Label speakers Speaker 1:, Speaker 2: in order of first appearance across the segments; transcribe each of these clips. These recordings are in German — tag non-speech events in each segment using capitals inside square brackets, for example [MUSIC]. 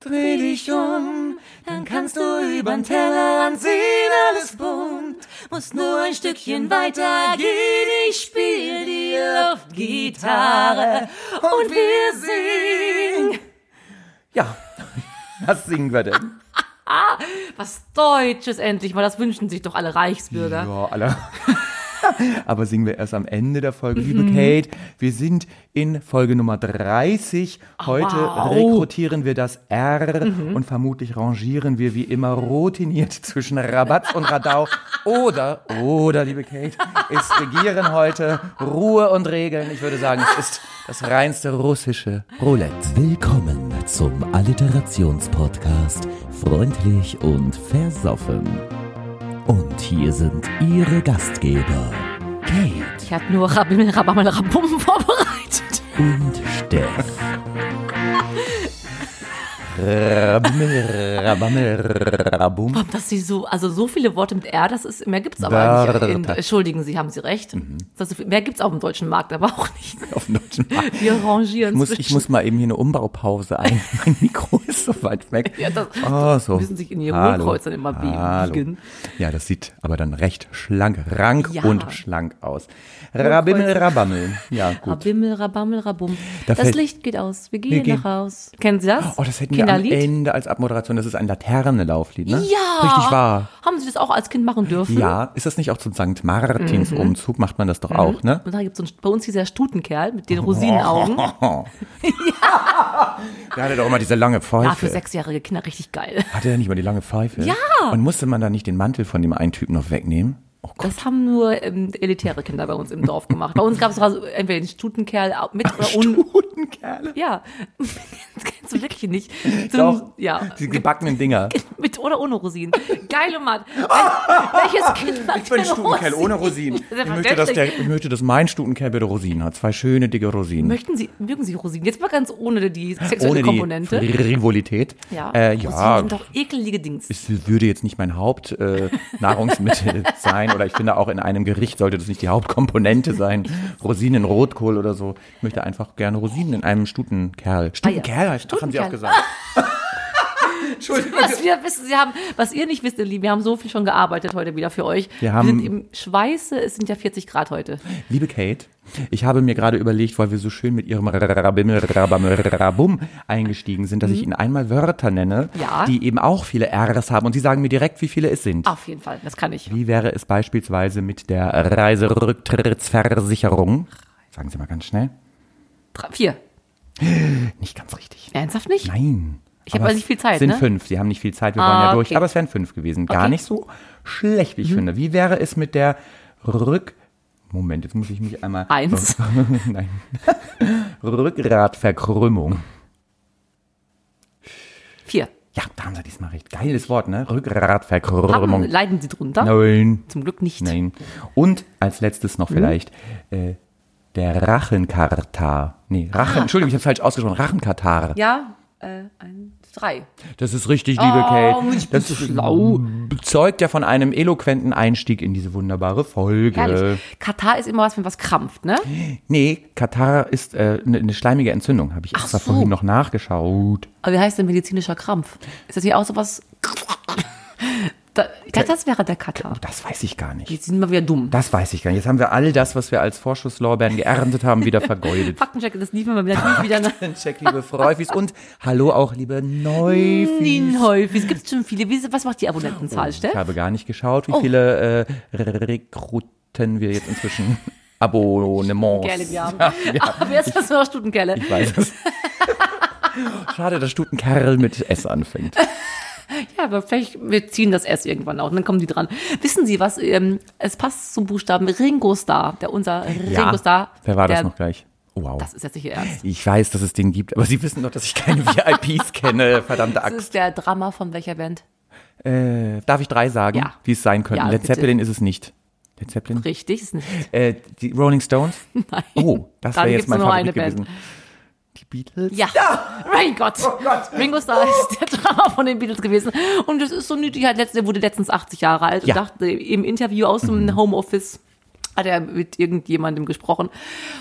Speaker 1: Dreh dich um, dann kannst du übern Tellerrand sehen, alles bunt. Musst nur ein Stückchen weiter gehen, ich spiel die Luftgitarre und wir singen. [LAUGHS]
Speaker 2: Ja, was singen wir denn?
Speaker 1: Was Deutsches endlich mal, das wünschen sich doch alle Reichsbürger.
Speaker 2: Ja, alle. [LAUGHS] Aber singen wir erst am Ende der Folge. Liebe Kate, wir sind in Folge Nummer 30. Heute
Speaker 1: Wow.
Speaker 2: rekrutieren wir das R und vermutlich rangieren wir wie immer routiniert zwischen Rabatz und Radau. Oder, oder, liebe Kate, ist Regieren heute Ruhe und Regeln. Ich würde sagen, es ist das reinste russische Roulette.
Speaker 3: Willkommen zum Alliterationspodcast Freundlich und Versoffen. Und hier sind Ihre Gastgeber, Kate
Speaker 1: Ich habe nur Rabimmel, Rabammel, Rabum vorbereitet.
Speaker 3: und Steff.
Speaker 2: Rabammel, rabammel, rabum.
Speaker 1: Dass sie so, also so viele Worte mit R, das ist, mehr gibt's aber
Speaker 2: Wörter.
Speaker 1: nicht. In, entschuldigen Sie, haben Sie recht.
Speaker 2: Mhm.
Speaker 1: Das ist, mehr gibt's auf dem deutschen Markt, aber auch nicht.
Speaker 2: Auf dem deutschen Markt.
Speaker 1: Wir rangieren
Speaker 2: muss, Ah. ich
Speaker 1: zwischen-
Speaker 2: muss mal eben hier eine Umbaupause ein. [LAUGHS] Mein Mikro ist so weit weg.
Speaker 1: Ja, das-
Speaker 2: oh, so.
Speaker 1: müssen sich in ihren
Speaker 2: Hallo,
Speaker 1: Hohlkreuzern immer biegen.
Speaker 2: Hallo. Ja, das sieht aber dann recht schlank, rank
Speaker 1: Ja.
Speaker 2: und schlank aus. Rabimmel, rabammel. Ja, gut.
Speaker 1: Rabimmel, Rabammel, Rabum.
Speaker 2: Da
Speaker 1: das
Speaker 2: fällt-
Speaker 1: Licht geht aus, wir
Speaker 2: Wir
Speaker 1: gehen
Speaker 2: gehen-
Speaker 1: nach Haus. Kennen Sie das?
Speaker 2: Oh, das hätten wir am
Speaker 1: Kinderlied?
Speaker 2: Ende als Abmoderation. Das ist ein Laternenlauflied, ne?
Speaker 1: Ja. Hm?
Speaker 2: Richtig wahr.
Speaker 1: Haben Sie das auch als Kind machen dürfen?
Speaker 2: Ja, ist das nicht auch zum St.
Speaker 1: Mhm.
Speaker 2: Martins Umzug? Macht man das doch auch, ne?
Speaker 1: Und da gibt's so einen, bei uns dieser Stutenkerl mit
Speaker 2: Oh. [LAUGHS]
Speaker 1: den [LAUGHS] Rosinenaugen.
Speaker 2: Der hatte doch immer diese lange Pfeife.
Speaker 1: Ja, Ah, für sechsjährige Kinder richtig geil.
Speaker 2: Hatte er nicht mal die lange Pfeife?
Speaker 1: Ja.
Speaker 2: Und musste man da nicht den Mantel von dem einen Typen noch wegnehmen? Oh Gott.
Speaker 1: Das haben nur ähm, elitäre Kinder bei uns im Dorf gemacht. Bei uns gab es also entweder den Stutenkerl au- mit oder ohne.
Speaker 2: Stutenkerle.
Speaker 1: Ja, [LAUGHS] das kennst du wirklich nicht. So ein-
Speaker 2: Doch.
Speaker 1: Ja, [LAUGHS] Genau.
Speaker 2: Die gebackenen Dinger.
Speaker 1: mit oder ohne Rosinen. Geile
Speaker 2: [LAUGHS]
Speaker 1: Mann. Wel- Welches Kind mag
Speaker 2: Ich bin
Speaker 1: denn
Speaker 2: Stutenkerl ohne
Speaker 1: [LAUGHS]
Speaker 2: Rosinen. Ich möchte, dass der, ich möchte, dass mein Stutenkerl bitte Rosinen hat. Zwei schöne, dicke Rosinen.
Speaker 1: Möchten Sie, mögen Sie Rosinen? Jetzt mal ganz ohne die sexuelle
Speaker 2: Ohne die
Speaker 1: Komponente.
Speaker 2: Frivolität.
Speaker 1: ja,
Speaker 2: äh,
Speaker 1: Rosinen
Speaker 2: ja
Speaker 1: sind doch ekelige Dings.
Speaker 2: es würde jetzt nicht mein Hauptnahrungsmittel äh,
Speaker 1: [LAUGHS]
Speaker 2: Nahrungsmittel sein. Oder ich finde auch in einem Gericht sollte das nicht die Hauptkomponente sein. Rosinen, Rotkohl oder so. Ich möchte einfach gerne Rosinen in einem Stutenkerl. Stutenkerl heißt doch, haben Sie auch
Speaker 1: Ah Stutenkerl.
Speaker 2: gesagt. Entschuldigung.
Speaker 1: Was wir wissen, Sie haben, was ihr nicht wisst, ihr Lieben, wir haben so viel schon gearbeitet heute wieder für euch.
Speaker 2: Wir haben-
Speaker 1: sind im Schweiße, es sind ja 40 Grad heute.
Speaker 2: Liebe Kate, ich habe mir gerade überlegt, weil wir so schön mit ihrem Rabimmel, Rabammel, Rabum eingestiegen sind, dass ich Ihnen einmal Wörter nenne,
Speaker 1: Ja.
Speaker 2: die eben auch viele Rs haben und Sie sagen mir direkt, wie viele es sind.
Speaker 1: Auf jeden Fall, das kann ich.
Speaker 2: Wie wäre es beispielsweise mit der Reiserücktrittsversicherung? Sagen Sie mal ganz schnell.
Speaker 1: Drei, vier.
Speaker 2: Nicht ganz richtig.
Speaker 1: Ernsthaft nicht?
Speaker 2: Nein.
Speaker 1: Ich hab
Speaker 2: Aber
Speaker 1: also nicht viel Zeit,
Speaker 2: Sind
Speaker 1: ne?
Speaker 2: fünf. Sie haben nicht viel Zeit. Wir wollen
Speaker 1: Ah,
Speaker 2: ja durch.
Speaker 1: okay.
Speaker 2: Aber es wären fünf gewesen. Gar
Speaker 1: Okay. Mhm.
Speaker 2: nicht so schlecht, wie ich finde. Wie wäre es mit der Rück... Moment, jetzt muss ich mich einmal...
Speaker 1: Eins.
Speaker 2: [LAUGHS] Nein. Rückgratverkrümmung.
Speaker 1: Vier.
Speaker 2: Ja, da haben sie diesmal recht. Geiles Wort, ne?
Speaker 1: Haben,
Speaker 2: Rückgratverkrümmung.
Speaker 1: leiden Sie drunter?
Speaker 2: Nein.
Speaker 1: Zum Glück nicht.
Speaker 2: Nein. Und als letztes
Speaker 1: Mhm.
Speaker 2: noch vielleicht äh, der Rachenkartar. Nee,
Speaker 1: Ah.
Speaker 2: Rachen. Entschuldigung, ich habe falsch ausgesprochen. Rachenkartar.
Speaker 1: Ja, äh, ein, drei.
Speaker 2: Das ist richtig, liebe
Speaker 1: Oh,
Speaker 2: Kate.
Speaker 1: ich bin
Speaker 2: das
Speaker 1: so
Speaker 2: ist
Speaker 1: schlau.
Speaker 2: Bezeugt ja von einem eloquenten Einstieg in diese wunderbare Folge.
Speaker 1: Herrlich. Katar ist immer was, wenn was krampft, ne?
Speaker 2: Nee, Katar ist äh, eine eine schleimige Entzündung. Habe ich extra
Speaker 1: so.
Speaker 2: vorhin noch nachgeschaut.
Speaker 1: Aber wie heißt denn medizinischer Krampf? Ist das nicht auch sowas? da, ich dachte, das wäre der Katar.
Speaker 2: Das weiß ich gar nicht.
Speaker 1: Jetzt sind wir wieder dumm.
Speaker 2: Das weiß ich gar nicht. Jetzt haben wir all das, was wir als Vorschusslorbeeren geerntet haben, wieder
Speaker 1: [LAUGHS]
Speaker 2: vergeudet.
Speaker 1: Faktencheck, das liefern wir natürlich wieder nach.
Speaker 2: Check, liebe Freufis. Und hallo auch, liebe Neufis.
Speaker 1: Den Häufig. Es gibt schon viele. Wie- Was macht die Abonnentenzahl,
Speaker 2: Ich
Speaker 1: Steff?
Speaker 2: habe gar nicht geschaut, wie
Speaker 1: Oh.
Speaker 2: viele äh, Rekruten wir jetzt
Speaker 1: [LAUGHS]
Speaker 2: inzwischen Abonnements.
Speaker 1: Kerle, wir haben. Aber jetzt hast du noch Stutenkerle.
Speaker 2: Ich weiß
Speaker 1: [LAUGHS]
Speaker 2: es. Schade, dass Stutenkerl mit S anfängt.
Speaker 1: Ja, aber vielleicht, wir ziehen das erst irgendwann auch, und dann kommen die dran. Wissen Sie was, ähm, es passt zum Buchstaben Ringo Starr, der unser Ringo Starr.
Speaker 2: Wer war das
Speaker 1: der,
Speaker 2: noch gleich? Oh, Wow.
Speaker 1: Das ist jetzt nicht Ihr Ernst.
Speaker 2: ich weiß, dass es den gibt, aber Sie wissen doch, dass ich
Speaker 1: [LAUGHS]
Speaker 2: keine VIPs kenne, verdammte
Speaker 1: Das
Speaker 2: Axt.
Speaker 1: ist der Drama von welcher Band?
Speaker 2: Äh, darf ich drei sagen,
Speaker 1: Ja.
Speaker 2: wie es sein könnte?
Speaker 1: Ja,
Speaker 2: Led
Speaker 1: bitte.
Speaker 2: Zeppelin ist es nicht. Led Zeppelin?
Speaker 1: Richtig, ist nicht. [LAUGHS]
Speaker 2: Äh, die Rolling Stones?
Speaker 1: Nein.
Speaker 2: Oh, das
Speaker 1: Dann
Speaker 2: wäre
Speaker 1: gibt's
Speaker 2: jetzt mein
Speaker 1: nur noch
Speaker 2: Favorit
Speaker 1: eine
Speaker 2: gewesen. Die Beatles?
Speaker 1: Ja. Mein Gott.
Speaker 2: Oh
Speaker 1: Ringo Starr ist der Drama von den Beatles gewesen. Und es ist so niedlich, halt letzte, der wurde letztens 80 Jahre alt
Speaker 2: Ja. Mhm.
Speaker 1: und dachte im Interview aus dem Homeoffice, hat er mit irgendjemandem gesprochen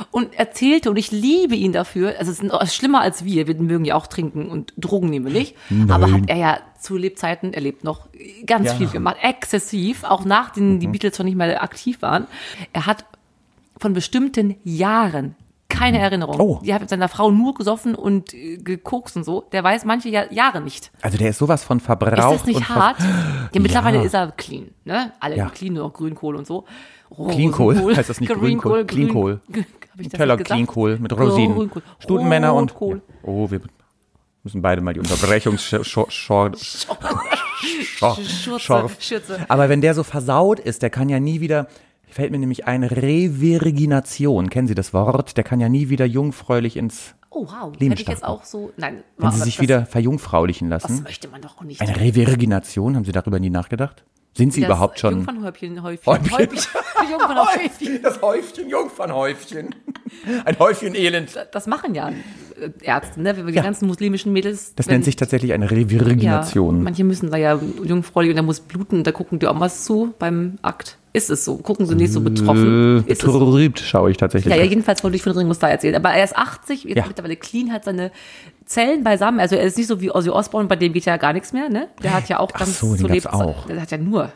Speaker 1: und erzählte, und ich liebe ihn dafür, also es ist noch- es ist schlimmer als wir, wir mögen ja auch trinken und Drogen nehmen wir nicht, aber hat er ja zu Lebzeiten, er lebt noch, ganz
Speaker 2: Ja.
Speaker 1: viel gemacht, exzessiv, auch nachdem
Speaker 2: Mhm.
Speaker 1: die Beatles schon nicht mehr aktiv waren. Er hat von bestimmten Jahren keine Erinnerung.
Speaker 2: Oh.
Speaker 1: Die hat mit seiner Frau nur gesoffen und äh, gekokst und so. Der weiß manche ja Jahre nicht.
Speaker 2: Also der ist sowas von
Speaker 1: Ist
Speaker 2: verbraucht.
Speaker 1: das nicht
Speaker 2: und
Speaker 1: hart? [GASPS] Ja, mittlerweile
Speaker 2: Ja.
Speaker 1: ist er clean, ne? Alle
Speaker 2: Ja.
Speaker 1: clean, nur noch Grünkohl und so. Oh,
Speaker 2: Clean Kohl?
Speaker 1: [LAUGHS] Rosenkohl,
Speaker 2: Heißt das nicht Grünkohl? Clean
Speaker 1: Grün- Grün- [LAUGHS] Hab ich das
Speaker 2: Teller
Speaker 1: nicht gesagt?
Speaker 2: Cleankohl mit Rosinen.
Speaker 1: Grünkohl.
Speaker 2: Stutenmänner und.
Speaker 1: Rotkohl.
Speaker 2: Oh, wir müssen beide mal die Unterbrechungsschorte.
Speaker 1: Schürze, Schürze.
Speaker 2: Aber wenn der so versaut ist, der kann ja nie wieder. Fällt mir nämlich ein, Revirgination. Kennen Sie das Wort? Der kann ja nie wieder jungfräulich ins.
Speaker 1: Oh, wow. Hätte ich
Speaker 2: Lebensstark.
Speaker 1: jetzt auch so. Nein,
Speaker 2: Wenn Sie
Speaker 1: aber
Speaker 2: sich
Speaker 1: das,
Speaker 2: wieder verjungfraulichen
Speaker 1: Das
Speaker 2: lassen.
Speaker 1: möchte man doch auch nicht.
Speaker 2: Eine Revirgination, haben Sie darüber nie nachgedacht? Sind Sie
Speaker 1: Das
Speaker 2: überhaupt schon. [LAUGHS]
Speaker 1: Jungfernhäubchen, Häufchen.
Speaker 2: Häubchen.
Speaker 1: Häubchen. [LAUGHS]
Speaker 2: [LAUGHS]
Speaker 1: Jungfernhäubchen.
Speaker 2: Das Häufchen Jungfernhäufchen. Ein Häufchen Elend.
Speaker 1: Das machen ja äh, Ärzte, ne? Wenn wir die ganzen muslimischen Mädels.
Speaker 2: Das
Speaker 1: wenn-
Speaker 2: nennt sich tatsächlich eine
Speaker 1: ja,
Speaker 2: Revirgination.
Speaker 1: Manche müssen da ja jungfräulich und da muss bluten und da gucken die auch was zu beim Akt. Ist es so? Gucken sie nicht so betroffen?
Speaker 2: Äh,
Speaker 1: Ist es so?
Speaker 2: betrübt schaue ich tatsächlich.
Speaker 1: Ja, ja, jedenfalls wollte ich von Ringo Starr erzählen. Aber er ist 80, jetzt
Speaker 2: Ja.
Speaker 1: mittlerweile clean, hat seine Zellen beisammen. Also er ist nicht so wie Ozzy Osbourne, bei dem geht ja gar nichts mehr, ne? Der hat ja auch
Speaker 2: Ach
Speaker 1: ganz
Speaker 2: so, den
Speaker 1: zu
Speaker 2: gab's
Speaker 1: Lebze-
Speaker 2: auch.
Speaker 1: Der hat ja nur.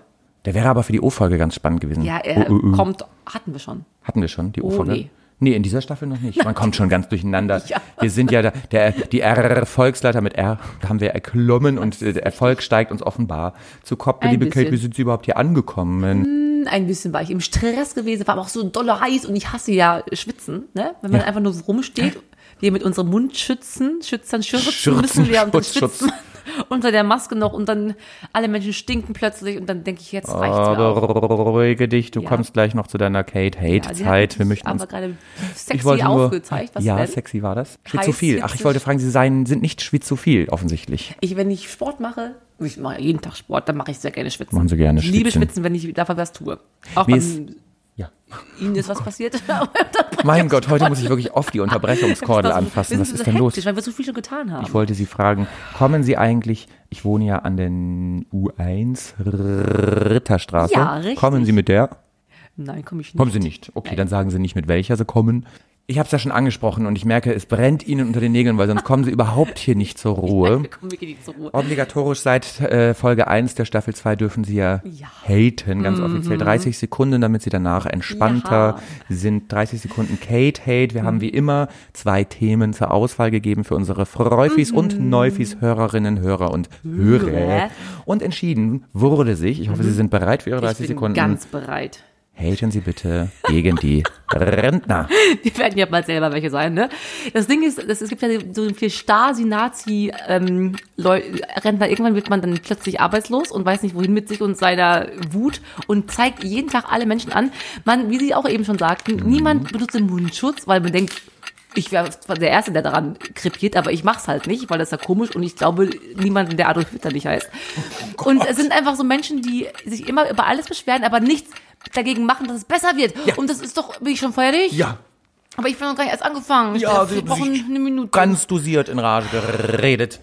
Speaker 2: Der wäre aber für die O-Folge ganz spannend gewesen.
Speaker 1: Ja, er
Speaker 2: Oh, oh, oh.
Speaker 1: kommt, hatten wir schon.
Speaker 2: Hatten wir schon die
Speaker 1: Oh,
Speaker 2: O-Folge?
Speaker 1: nee.
Speaker 2: nee. in dieser Staffel noch nicht. Man kommt schon ganz durcheinander.
Speaker 1: [LAUGHS] Ja.
Speaker 2: Wir sind ja da, der, die R-Erfolgsleiter mit R haben wir erklommen und äh, der Erfolg steigt uns offenbar zu Kopf.
Speaker 1: Ein
Speaker 2: Liebe Kate,
Speaker 1: bisschen. Hm,
Speaker 2: wie sind Sie überhaupt hier angekommen?
Speaker 1: Ein bisschen war ich im Stress gewesen, war aber auch so dolle heiß und ich hasse ja Schwitzen, ne? Wenn man einfach nur rumsteht, wir mit unserem Mundschützen, Schützern, Schürzen,
Speaker 2: Schürzen,
Speaker 1: müssen wir und dann
Speaker 2: Schutz, Schutz.
Speaker 1: schwitzen [LAUGHS] wir unter der Maske noch und dann alle Menschen stinken plötzlich und dann denke ich, jetzt reicht's mir
Speaker 2: Aber
Speaker 1: auch.
Speaker 2: ruhige dich, du
Speaker 1: Ja.
Speaker 2: kommst gleich noch zu deiner Kate
Speaker 1: Ja,
Speaker 2: Hate
Speaker 1: sie
Speaker 2: Zeit.
Speaker 1: hat
Speaker 2: wir
Speaker 1: mich
Speaker 2: möchten
Speaker 1: aber
Speaker 2: uns,
Speaker 1: gerade sexy
Speaker 2: ich wollte nur,
Speaker 1: aufgezeigt, was
Speaker 2: ja,
Speaker 1: denn?
Speaker 2: sexy war das.
Speaker 1: Heiß,
Speaker 2: Schizophil. Ach, ich
Speaker 1: hitzig.
Speaker 2: wollte fragen, Sie seien, sind nicht schizophil offensichtlich.
Speaker 1: Ich, wenn ich Sport mache, ich mache jeden Tag Sport, dann mache ich sehr gerne Schwitzen.
Speaker 2: Machen Sie gerne
Speaker 1: Ich liebe
Speaker 2: Schwitzen.
Speaker 1: Schwitzen, wenn ich dafür was tue. Auch
Speaker 2: Mir
Speaker 1: bei
Speaker 2: ist- Ja. Oh
Speaker 1: Ihnen ist was passiert. [LAUGHS]
Speaker 2: Mein Gott, heute muss ich wirklich oft die Unterbrechungskordel anfassen. Was ist denn los?
Speaker 1: Weil wir so viel schon getan haben.
Speaker 2: Ich wollte Sie fragen, kommen Sie eigentlich, ich wohne ja an den U1 Ritterstraße.
Speaker 1: Ja, richtig.
Speaker 2: Kommen Sie mit der?
Speaker 1: Nein, komme ich nicht.
Speaker 2: Kommen Sie nicht. Okay, dann sagen Sie nicht, mit welcher Sie kommen. Ich habe es ja schon angesprochen und ich merke, es brennt Ihnen unter den Nägeln, weil sonst kommen Sie überhaupt hier nicht zur Ruhe.
Speaker 1: [LAUGHS]
Speaker 2: Oh,
Speaker 1: Wir kommen wirklich nicht zur Ruhe.
Speaker 2: Obligatorisch seit äh, Folge 1 der Staffel 2 dürfen Sie ja,
Speaker 1: Ja. Mhm.
Speaker 2: haten, ganz offiziell. 30 Sekunden, damit Sie danach entspannter
Speaker 1: Ja.
Speaker 2: sind. 30 Sekunden Kate Hate. Wir haben wie immer zwei Themen zur Auswahl gegeben für unsere Freufis und
Speaker 1: Mhm.
Speaker 2: Neufis, Hörerinnen, Hörer und Hörer.
Speaker 1: Hörer.
Speaker 2: Und entschieden wurde sich, ich hoffe, Sie sind bereit für Ihre 30
Speaker 1: Mhm. ich bin
Speaker 2: Sekunden.
Speaker 1: ganz bereit.
Speaker 2: Haten Sie bitte gegen die Rentner.
Speaker 1: [LAUGHS] Die werden ja mal selber welche sein, ne? Das Ding ist, das, es gibt ja so viel Stasi-Nazi-Rentner. Irgendwann wird man dann plötzlich arbeitslos und weiß nicht, wohin mit sich und seiner Wut und zeigt jeden Tag alle Menschen an. Man, wie Sie auch eben schon sagten, niemand benutzt den Mundschutz, weil man denkt, ich wäre zwar der Erste, der daran krepiert, aber ich mach's halt nicht, weil das ist ja komisch und ich glaube niemanden, der Adolf Hitler nicht heißt. und es sind einfach so Menschen, die sich immer über alles beschweren, aber nichts dagegen machen, dass es besser wird. Und das ist doch, bin ich schon fertig?
Speaker 2: Ja,
Speaker 1: Aber ich bin noch gar nicht erst angefangen. Ich
Speaker 2: Ja, also
Speaker 1: dachte, wir
Speaker 2: sie-
Speaker 1: brauchen
Speaker 2: sie-
Speaker 1: eine Minute.
Speaker 2: ganz dosiert in Rage geredet.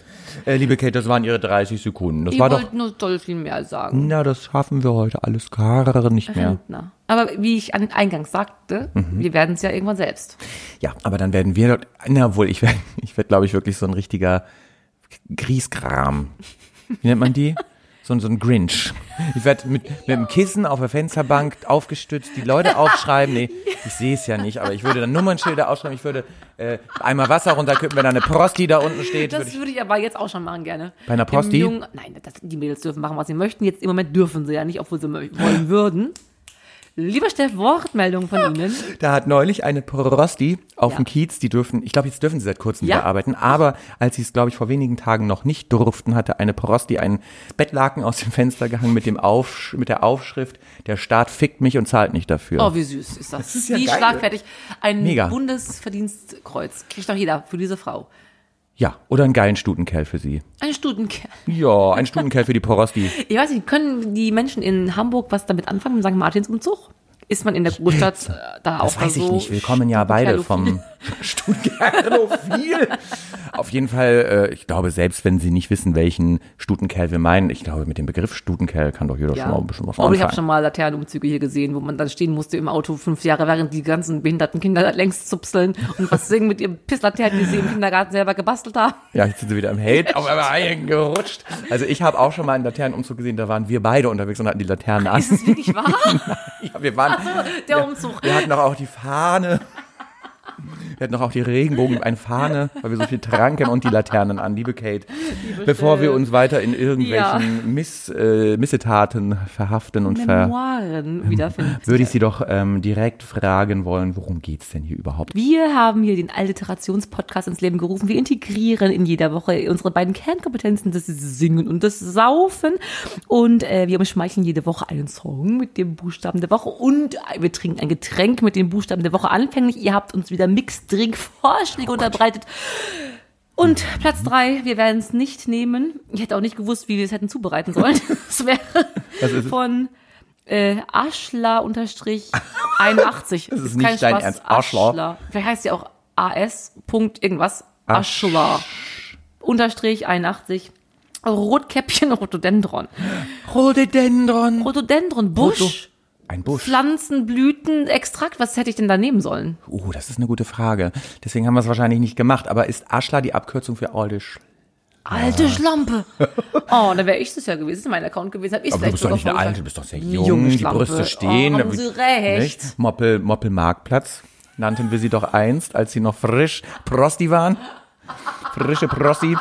Speaker 2: Äh, liebe Kate, das waren Ihre 30 Sekunden. Das
Speaker 1: ich
Speaker 2: war doch Mhm.
Speaker 1: wollte nur toll viel mehr sagen.
Speaker 2: Na, das schaffen wir heute alles gar nicht mehr.
Speaker 1: Rentner. Aber wie ich an eingangs sagte,
Speaker 2: Mhm.
Speaker 1: wir werden es ja irgendwann selbst.
Speaker 2: Ja, aber dann werden wir, na wohl, ich werde, ich werd, glaube ich, wirklich so ein richtiger Grieskram. Wie nennt man die? So, ein- so ein Grinch. Ich werde mit, mit einem Kissen auf der Fensterbank aufgestützt, die Leute aufschreiben. Nee, ich sehe es ja nicht, aber ich würde dann Nummernschilder aufschreiben. Ich würde äh, einmal Wasser runterkippen, wenn da eine Prosti da unten steht. Würde
Speaker 1: Das
Speaker 2: ich,
Speaker 1: würde ich aber jetzt auch schon machen gerne.
Speaker 2: Bei einer
Speaker 1: Im
Speaker 2: Prosti?
Speaker 1: jungen- Nein, das, die Mädels dürfen machen, was sie möchten. Jetzt im Moment dürfen sie ja nicht, obwohl sie mö- wollen würden. Lieber Steff, Wortmeldung von Ihnen.
Speaker 2: Da hat neulich eine Prosti auf
Speaker 1: Ja.
Speaker 2: dem Kiez, die dürfen, ich glaube, jetzt dürfen sie seit kurzem
Speaker 1: Ja.
Speaker 2: wieder arbeiten, aber als sie es, glaube ich, vor wenigen Tagen noch nicht durften, hatte eine Prosti einen Bettlaken aus dem Fenster gehangen mit, dem Aufsch mit der Aufschrift, der Staat fickt mich und zahlt nicht dafür.
Speaker 1: Oh, wie süß ist das.
Speaker 2: ist ja
Speaker 1: wie
Speaker 2: geil.
Speaker 1: schlagfertig. Ein
Speaker 2: Mega.
Speaker 1: Bundesverdienstkreuz. Kriegt doch jeder für diese Frau.
Speaker 2: Ja, oder einen geilen Stutenkerl für sie.
Speaker 1: Ein Studenkerl.
Speaker 2: Ja, ein
Speaker 1: [LAUGHS]
Speaker 2: Stutenkerl für die Prosti.
Speaker 1: Ich weiß nicht, können die Menschen in Hamburg was damit anfangen, mit St. Martins Umzug? ist man in der Großstadt äh, da auch
Speaker 2: Das weiß
Speaker 1: so.
Speaker 2: ich nicht. Wir kommen ja beide vom
Speaker 1: [LAUGHS]
Speaker 2: Stutenkerlophil. Auf jeden Fall, äh, ich glaube, selbst wenn Sie nicht wissen, welchen Stutenkerl wir meinen, ich glaube, mit dem Begriff Stutenkerl kann doch jeder schon mal ein bisschen was
Speaker 1: Aber Oh, ich habe schon
Speaker 2: anfangen.
Speaker 1: mal Laternenumzüge hier gesehen, wo man dann stehen musste im Auto fünf Jahre, während die ganzen behinderten Kinder längst zupseln und was singen mit ihren Pisslaternen, die sie im Kindergarten selber gebastelt haben.
Speaker 2: Ja, jetzt sind sie wieder im Hate, auf einmal eingerutscht. Also ich habe auch schon mal einen Laternenumzug gesehen, da waren wir beide unterwegs und hatten die Laternen
Speaker 1: [LAUGHS]
Speaker 2: an.
Speaker 1: Ist es wirklich wahr?
Speaker 2: [LAUGHS] Ja, wir waren,
Speaker 1: Der Umzug.
Speaker 2: wir hatten doch auch die Fahne. Wir hatten doch auch die Regenbogen, eine Fahne, weil wir so viel tranken und die Laternen an, liebe Kate. bevor wir uns weiter in irgendwelchen Miss, äh, Missetaten verhaften und ver...
Speaker 1: Memoiren wiederfinden.
Speaker 2: Ähm, Würde ich Sie doch ähm, direkt fragen wollen, worum geht's denn hier überhaupt?
Speaker 1: Wir haben hier den Alliterationspodcast ins Leben gerufen. Wir integrieren in jeder Woche unsere beiden Kernkompetenzen, das Singen und das Saufen. Und äh, wir umschmeicheln jede Woche einen Song mit dem Buchstaben der Woche und wir trinken ein Getränk mit den Buchstaben der Woche anfänglich. Ihr habt uns wieder Mixed-Drink-Vorschläge unterbreitet. Und Platz drei, wir werden es nicht nehmen. Ich hätte auch nicht gewusst, wie wir es hätten
Speaker 2: [LAUGHS]
Speaker 1: zubereiten sollen. Es wäre
Speaker 2: Was ist es?
Speaker 1: von äh, Aschla unterstrich 81. Das
Speaker 2: ist nicht dein Ernst. Aschla.
Speaker 1: Vielleicht heißt sie auch AS. Punkt irgendwas. Aschla. Unterstrich 81. Rotkäppchen Rhododendron.
Speaker 2: Rhododendron.
Speaker 1: Rhododendron, Busch,
Speaker 2: Ein Busch.
Speaker 1: Pflanzen, Blüten, Extrakt. Was hätte ich denn da nehmen sollen?
Speaker 2: Oh, das ist eine gute Frage. Deswegen haben wir es wahrscheinlich nicht gemacht. Aber ist Aschla die Abkürzung für Aldisch? Ah. [LAUGHS]
Speaker 1: Alte Schlampe. Oh, dann wäre ich das ja gewesen. Das ist mein Account gewesen. Hab ich
Speaker 2: Aber du
Speaker 1: vielleicht
Speaker 2: bist doch
Speaker 1: sogar
Speaker 2: nicht eine
Speaker 1: vorgeschlagen.
Speaker 2: Alte, du bist doch sehr
Speaker 1: Eine
Speaker 2: jung,
Speaker 1: junge
Speaker 2: die
Speaker 1: Schlampe.
Speaker 2: Brüste stehen.
Speaker 1: Oh, haben Sie recht.
Speaker 2: Nicht? Moppel, Moppelmarktplatz nannten wir sie doch einst, als sie noch frisch Prosti waren. Frische Prosti.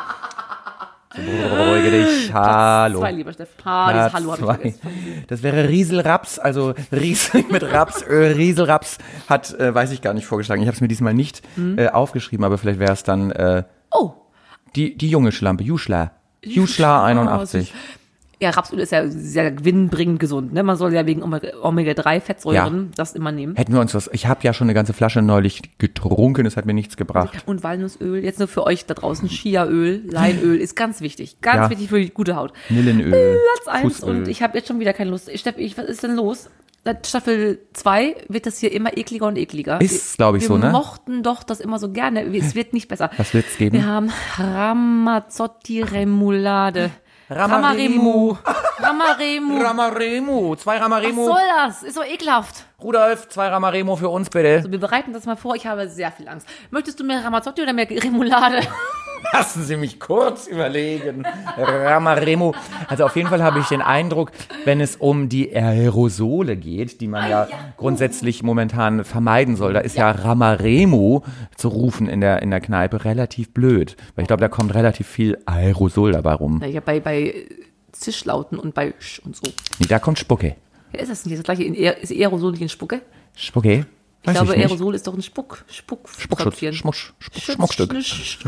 Speaker 2: So, Beruhige dich, hallo.
Speaker 1: Zwei, lieber Steff. Ah, dieses
Speaker 2: Platz
Speaker 1: Hallo habe ich
Speaker 2: zwei.
Speaker 1: vergessen.
Speaker 2: Das wäre Rieselraps, also Riesel [LAUGHS] mit Raps. Äh, Rieselraps hat, äh, weiß ich gar nicht, vorgeschlagen. Ich habe es mir diesmal nicht äh, aufgeschrieben, aber vielleicht wäre es dann äh,
Speaker 1: Oh,
Speaker 2: die, die junge Schlampe, Juschla. Juschla 81.
Speaker 1: oh, ja, Rapsöl ist ja sehr gewinnbringend gesund. Ne? Man soll ja wegen Omega- Omega-3-Fettsäuren
Speaker 2: Ja.
Speaker 1: das immer nehmen.
Speaker 2: Hätten wir uns das. Ich habe ja schon eine ganze Flasche neulich getrunken, es hat mir nichts gebracht.
Speaker 1: Und Walnussöl, jetzt nur für euch da draußen, Chiaöl,
Speaker 2: [LAUGHS]
Speaker 1: Leinöl ist ganz wichtig. Ganz
Speaker 2: Ja.
Speaker 1: wichtig für die gute Haut.
Speaker 2: Millenöl.
Speaker 1: Platz eins
Speaker 2: Fußöl.
Speaker 1: und ich habe jetzt schon wieder keine Lust. Steff, ich, was ist denn los? Seit Staffel zwei wird das hier immer ekliger und ekliger.
Speaker 2: Ist, glaub ich,
Speaker 1: Wir
Speaker 2: so, ne?
Speaker 1: mochten doch das immer so gerne. Es wird nicht besser.
Speaker 2: [LAUGHS] Was wird's geben?
Speaker 1: Wir haben Ramazzotti Remoulade.
Speaker 2: Ramaremu.
Speaker 1: Ramaremu.
Speaker 2: Ramaremo, zwei
Speaker 1: Was
Speaker 2: Ramaremo.
Speaker 1: soll das? Ist so ekelhaft.
Speaker 2: Rudolf, zwei Ramaremo für uns bitte.
Speaker 1: So, wir bereiten das mal vor. Ich habe sehr viel Angst. Möchtest du mehr Ramazzotti oder mehr Remoulade?
Speaker 2: Lassen Sie mich kurz überlegen. Ramaremo. Also auf jeden Fall habe ich den Eindruck, wenn es um die Aerosole geht, die
Speaker 1: Ah
Speaker 2: man ja grundsätzlich momentan vermeiden soll, da ist ja Ramaremo zu rufen in der, in der Kneipe relativ blöd. Weil ich glaube, da kommt relativ viel Aerosol dabei rum.
Speaker 1: Ja, bei, bei Zischlauten und bei Sch und so.
Speaker 2: Nee, da kommt Spucke.
Speaker 1: Wer ist das denn hier? Das gleiche in, ist Aerosol nicht ein Spucke?
Speaker 2: Spucke?
Speaker 1: Ich
Speaker 2: Weiß
Speaker 1: glaube,
Speaker 2: nicht.
Speaker 1: Aerosol ist doch ein Spuck, Spuck,
Speaker 2: Spuckschutz.
Speaker 1: Tröpfchen.
Speaker 2: Schmuck, Spuck,
Speaker 1: Schutz-
Speaker 2: Schmuckstück.
Speaker 1: Sch-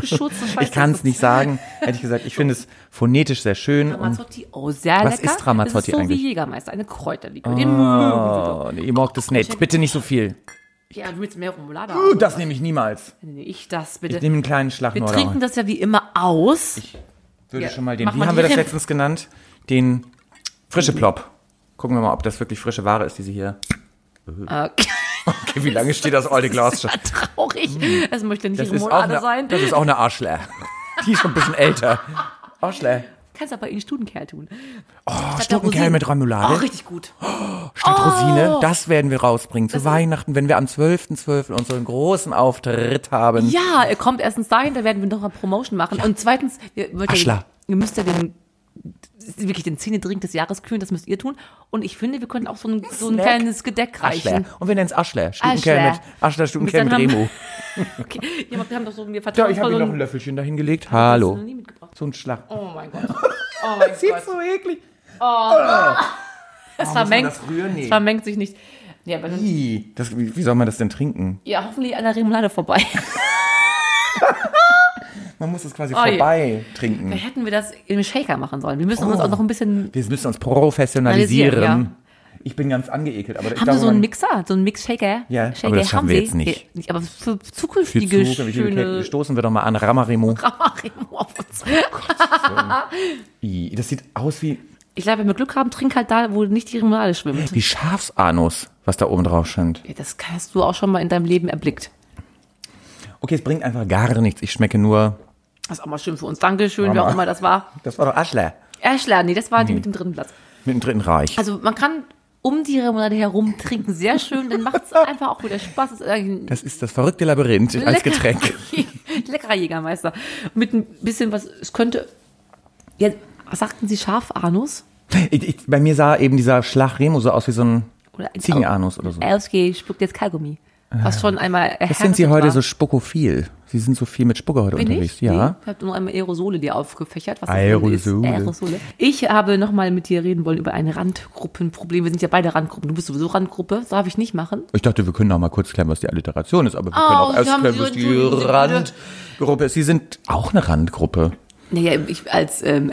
Speaker 2: [LAUGHS]
Speaker 1: geschützte Scheiße.
Speaker 2: Ich kann es nicht sagen. Ehrlich gesagt, ich finde es phonetisch sehr schön. Und
Speaker 1: Ramazzotti, oh, sehr
Speaker 2: Was
Speaker 1: lecker.
Speaker 2: ist Ramazzotti
Speaker 1: das ist so
Speaker 2: eigentlich?
Speaker 1: wie Jägermeister, eine Kräuterlikör. Den mögen wir doch.
Speaker 2: oh, nee, ihr mogt es nicht. Bitte nicht so viel.
Speaker 1: Ja, du willst mehr Remoulade
Speaker 2: Uh,
Speaker 1: haben.
Speaker 2: Das nehme ich niemals.
Speaker 1: Nee, nee, Ich das,
Speaker 2: Ich
Speaker 1: bitte.
Speaker 2: nehme einen kleinen
Speaker 1: Äh, Wir
Speaker 2: Schlagmörder.
Speaker 1: trinken das ja wie immer aus.
Speaker 2: Würde
Speaker 1: Ja,
Speaker 2: schon mal den.
Speaker 1: mach
Speaker 2: Wie
Speaker 1: mal
Speaker 2: haben
Speaker 1: die
Speaker 2: wir das
Speaker 1: Rippen.
Speaker 2: letztens genannt? Den frische Plop. Gucken wir mal, ob das wirklich frische Ware ist, die sie hier.
Speaker 1: Äh,
Speaker 2: [LAUGHS] Okay, wie lange steht das alte
Speaker 1: [LAUGHS]
Speaker 2: Glas schon? Hm.
Speaker 1: das ist ja traurig. Es möchte nicht
Speaker 2: Das ist auch
Speaker 1: Remoulade
Speaker 2: eine,
Speaker 1: sein.
Speaker 2: das ist auch eine Arschler. Die ist schon ein bisschen älter. Arschler.
Speaker 1: Kannst aber in Studenkerl tun.
Speaker 2: Oh,
Speaker 1: der
Speaker 2: Stuckenkerl
Speaker 1: Rosinen.
Speaker 2: mit
Speaker 1: Oh,
Speaker 2: Remoulade.
Speaker 1: richtig gut.
Speaker 2: Statt
Speaker 1: Oh!
Speaker 2: Rosine, das werden wir rausbringen zu Weihnachten, wenn wir am 12.12. unseren großen Auftritt haben.
Speaker 1: Ja, er kommt erstens dahin, da werden wir noch mal Promotion machen. Und zweitens, ihr, wollt ja,
Speaker 2: Aschla.
Speaker 1: ihr müsst ja den wirklich den Zähne-Drink des Jahres kühlen, das müsst ihr tun. Und ich finde, wir können auch so ein, so ein
Speaker 2: Snack.
Speaker 1: kleines Gedeck
Speaker 2: Aschler.
Speaker 1: reichen.
Speaker 2: Und wir nennen es Aschler. Stutenkerl mit
Speaker 1: Aschler.
Speaker 2: Aschler, Stutenkerl
Speaker 1: Bis
Speaker 2: mit
Speaker 1: dann
Speaker 2: Remo.
Speaker 1: Okay. Ja, aber wir haben doch so mir
Speaker 2: Ja,
Speaker 1: vertraut.
Speaker 2: ich habe noch ein Löffelchen dahingelegt. Hallo.
Speaker 1: noch nie mitgebracht.
Speaker 2: So ein Schlag.
Speaker 1: Oh mein Gott. Oh
Speaker 2: [LAUGHS]
Speaker 1: mein Gott. Oh, Ah,
Speaker 2: so eklig. Ah.
Speaker 1: Es vermengt,
Speaker 2: das rühren? Nee.
Speaker 1: es vermengt sich nicht. Ja, aber dann,
Speaker 2: Ih, Das, wie, wie soll man das denn trinken?
Speaker 1: ja, hoffentlich an der
Speaker 2: [LAUGHS]
Speaker 1: Remoulade vorbei.
Speaker 2: Man muss das quasi
Speaker 1: je.
Speaker 2: vorbei trinken. Oh.
Speaker 1: Vielleicht hätten Oh, wir das im Shaker machen sollen. Wir müssen uns auch noch ein bisschen...
Speaker 2: Wir müssen uns professionalisieren.
Speaker 1: Analysieren,
Speaker 2: Ich bin ganz angeekelt. Aber ich
Speaker 1: Haben
Speaker 2: glaube,
Speaker 1: wir so einen
Speaker 2: man-
Speaker 1: Mixer, so einen Mix-Shaker?
Speaker 2: Ja, aber
Speaker 1: Shaker
Speaker 2: das haben wir
Speaker 1: Sie?
Speaker 2: jetzt nicht.
Speaker 1: Ja, Aber
Speaker 2: Für
Speaker 1: für zukünftige
Speaker 2: Zug, wie
Speaker 1: schöne
Speaker 2: schöne... Stoßen wir doch mal an Ramarimo.
Speaker 1: Ramarimu auf uns.
Speaker 2: Ih, Das sieht aus wie
Speaker 1: Ich glaube, wenn wir Glück haben, trink halt da, wo nicht die Limonade schwimmt.
Speaker 2: Die Schafsanus, was da oben drauf scheint.
Speaker 1: Ja, Das hast du auch schon mal in deinem Leben erblickt.
Speaker 2: Okay, es bringt einfach gar nichts. Ich schmecke nur.
Speaker 1: Das ist auch mal schön für uns. Dankeschön, wer
Speaker 2: Mama.
Speaker 1: auch immer das war.
Speaker 2: Das war doch Aschler.
Speaker 1: Erschler, nee, das war die mit dem dritten Platz.
Speaker 2: Mit dem Dritten Reich.
Speaker 1: Also man kann um die Limonade herum trinken, sehr schön. Dann macht es einfach auch wieder Spaß. Das ist eigentlich ein
Speaker 2: Das ist das verrückte Labyrinth als
Speaker 1: Lecker.
Speaker 2: Getränk.
Speaker 1: [LAUGHS] Leckerer Jägermeister. Mit ein bisschen was, es könnte. Ja, sagten Sie Schafanus?
Speaker 2: Ich, ich, bei mir sah eben dieser Schlachremo so aus wie so ein
Speaker 1: Oder ein- Äh,
Speaker 2: Ziegenanus oder so.
Speaker 1: Elski spuckt jetzt Kaugummi. Was schon einmal
Speaker 2: Was sind Sie heute so spukophil? Sie sind so viel mit Spucke heute
Speaker 1: Bin
Speaker 2: unterwegs.
Speaker 1: ich? Nee,
Speaker 2: Ja.
Speaker 1: ich habe nur einmal Aerosole dir aufgefächert. Was das
Speaker 2: Aerosole.
Speaker 1: Ist. Aerosole. Ich habe nochmal mit dir reden wollen über ein Randgruppenproblem. Wir sind ja beide Randgruppen. Du bist sowieso Randgruppe. Das darf ich nicht machen.
Speaker 2: Ich dachte, wir können auch mal kurz klären, was die Alliteration ist, aber wir
Speaker 1: Oh,
Speaker 2: können auch
Speaker 1: Sie
Speaker 2: erst
Speaker 1: haben
Speaker 2: klären,
Speaker 1: so
Speaker 2: was die
Speaker 1: entschuldigen Sie bitte.
Speaker 2: Randgruppe ist. Sie sind auch eine Randgruppe.
Speaker 1: Naja, ich als ähm,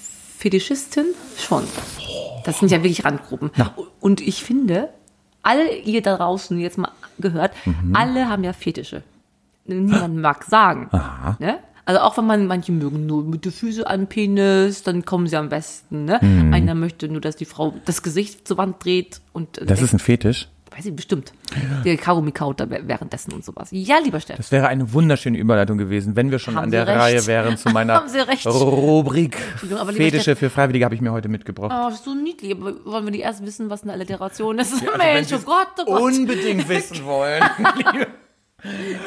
Speaker 1: SM-Fetischistin schon. Das sind ja wirklich Randgruppen. Und ich finde, alle ihr da draußen die jetzt mal gehört,
Speaker 2: Mhm.
Speaker 1: alle haben ja Fetische. Niemand mag sagen. Ne? Also auch wenn man, manche mögen nur mit der Füße an den Penis, dann kommen sie am besten. Ne?
Speaker 2: Mhm.
Speaker 1: Einer möchte nur, dass die Frau das Gesicht zur Wand dreht und äh,
Speaker 2: Das ist ein Fetisch.
Speaker 1: weiß ich bestimmt. Der Kaugummi kaut da währenddessen und sowas. Ja, lieber Steff.
Speaker 2: Das wäre eine wunderschöne Überleitung gewesen, wenn wir schon
Speaker 1: Haben
Speaker 2: an
Speaker 1: Sie
Speaker 2: der
Speaker 1: recht.
Speaker 2: Reihe wären zu meiner
Speaker 1: [LAUGHS] Haben Sie recht.
Speaker 2: Rubrik
Speaker 1: Aber lieber
Speaker 2: Fetische für Freiwillige habe ich mir heute mitgebracht.
Speaker 1: Oh, so niedlich. Aber wollen wir nicht erst wissen, was eine
Speaker 2: [LAUGHS]
Speaker 1: Alliteration ist?
Speaker 2: Also, wenn
Speaker 1: Mensch,
Speaker 2: Sie
Speaker 1: oh
Speaker 2: es
Speaker 1: Gott, oh Gott.
Speaker 2: Unbedingt
Speaker 1: [LAUGHS]
Speaker 2: wissen wollen. liebe-